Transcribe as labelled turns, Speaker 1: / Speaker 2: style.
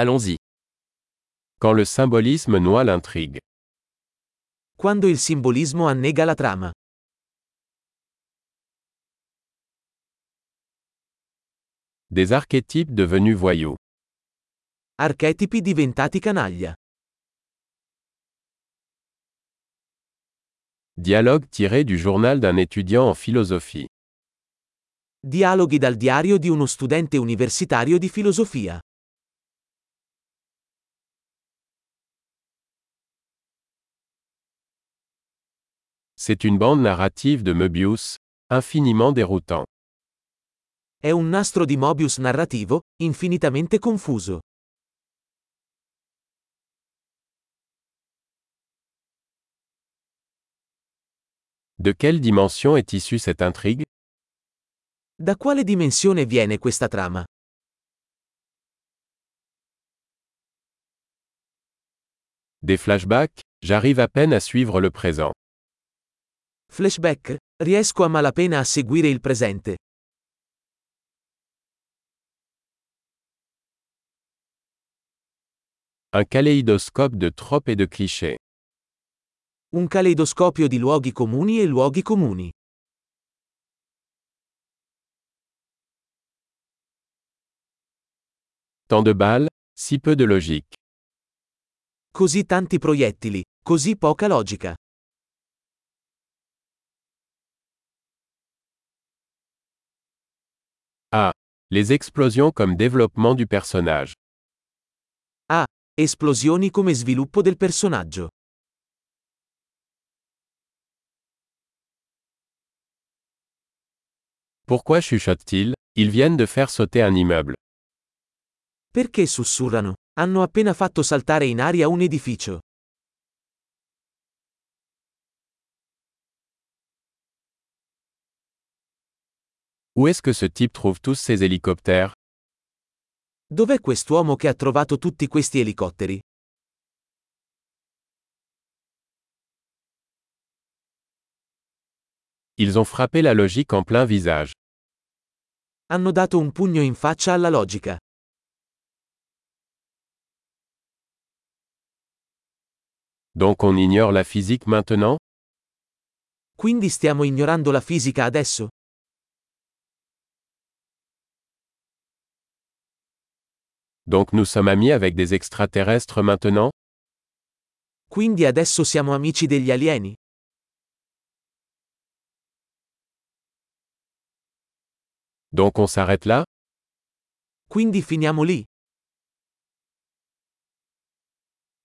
Speaker 1: Allons-y. Quand le symbolisme noie l'intrigue.
Speaker 2: Quando il simbolismo annega la trama.
Speaker 1: Des archétypes devenus voyous.
Speaker 2: Archetipi diventati canaglia.
Speaker 1: Dialogue tiré du journal d'un étudiant en philosophie.
Speaker 2: Dialoghi dal diario di uno studente universitario di filosofia.
Speaker 1: C'est une bande narrative de Möbius, infiniment déroutant.
Speaker 2: È un nastro di Mobius narrativo, infinitamente confuso.
Speaker 1: De quelle dimension est issue cette intrigue
Speaker 2: Da quale dimensione viene questa trama?
Speaker 1: Des flashbacks, j'arrive à peine à suivre le présent.
Speaker 2: Flashback? Riesco a malapena a seguire il presente.
Speaker 1: Un kaléidoscope de tropes et de clichés.
Speaker 2: Un caleidoscopio di luoghi comuni e luoghi comuni.
Speaker 1: Tant de balles, si peu de logique.
Speaker 2: Così tanti proiettili, così poca logica.
Speaker 1: Les explosions comme développement du personnage.
Speaker 2: Esplosioni come sviluppo del personaggio.
Speaker 1: Pourquoi chuchote-t-il Ils viennent de faire sauter un immeuble.
Speaker 2: Perché sussurrano? Hanno appena fatto saltare in aria un edificio.
Speaker 1: Où est-ce que ce type trouve tous ces hélicoptères
Speaker 2: Dov'è quest'uomo che ha trovato tutti questi elicotteri?
Speaker 1: Ils ont frappé la logique en plein visage.
Speaker 2: Hanno dato un pugno in faccia alla logica.
Speaker 1: Donc on ignore la physique maintenant
Speaker 2: Quindi stiamo ignorando la fisica adesso?
Speaker 1: Donc nous sommes amis avec des extraterrestres maintenant
Speaker 2: Quindi adesso siamo amici degli alieni?
Speaker 1: Donc on s'arrête là
Speaker 2: Quindi finiamo lì?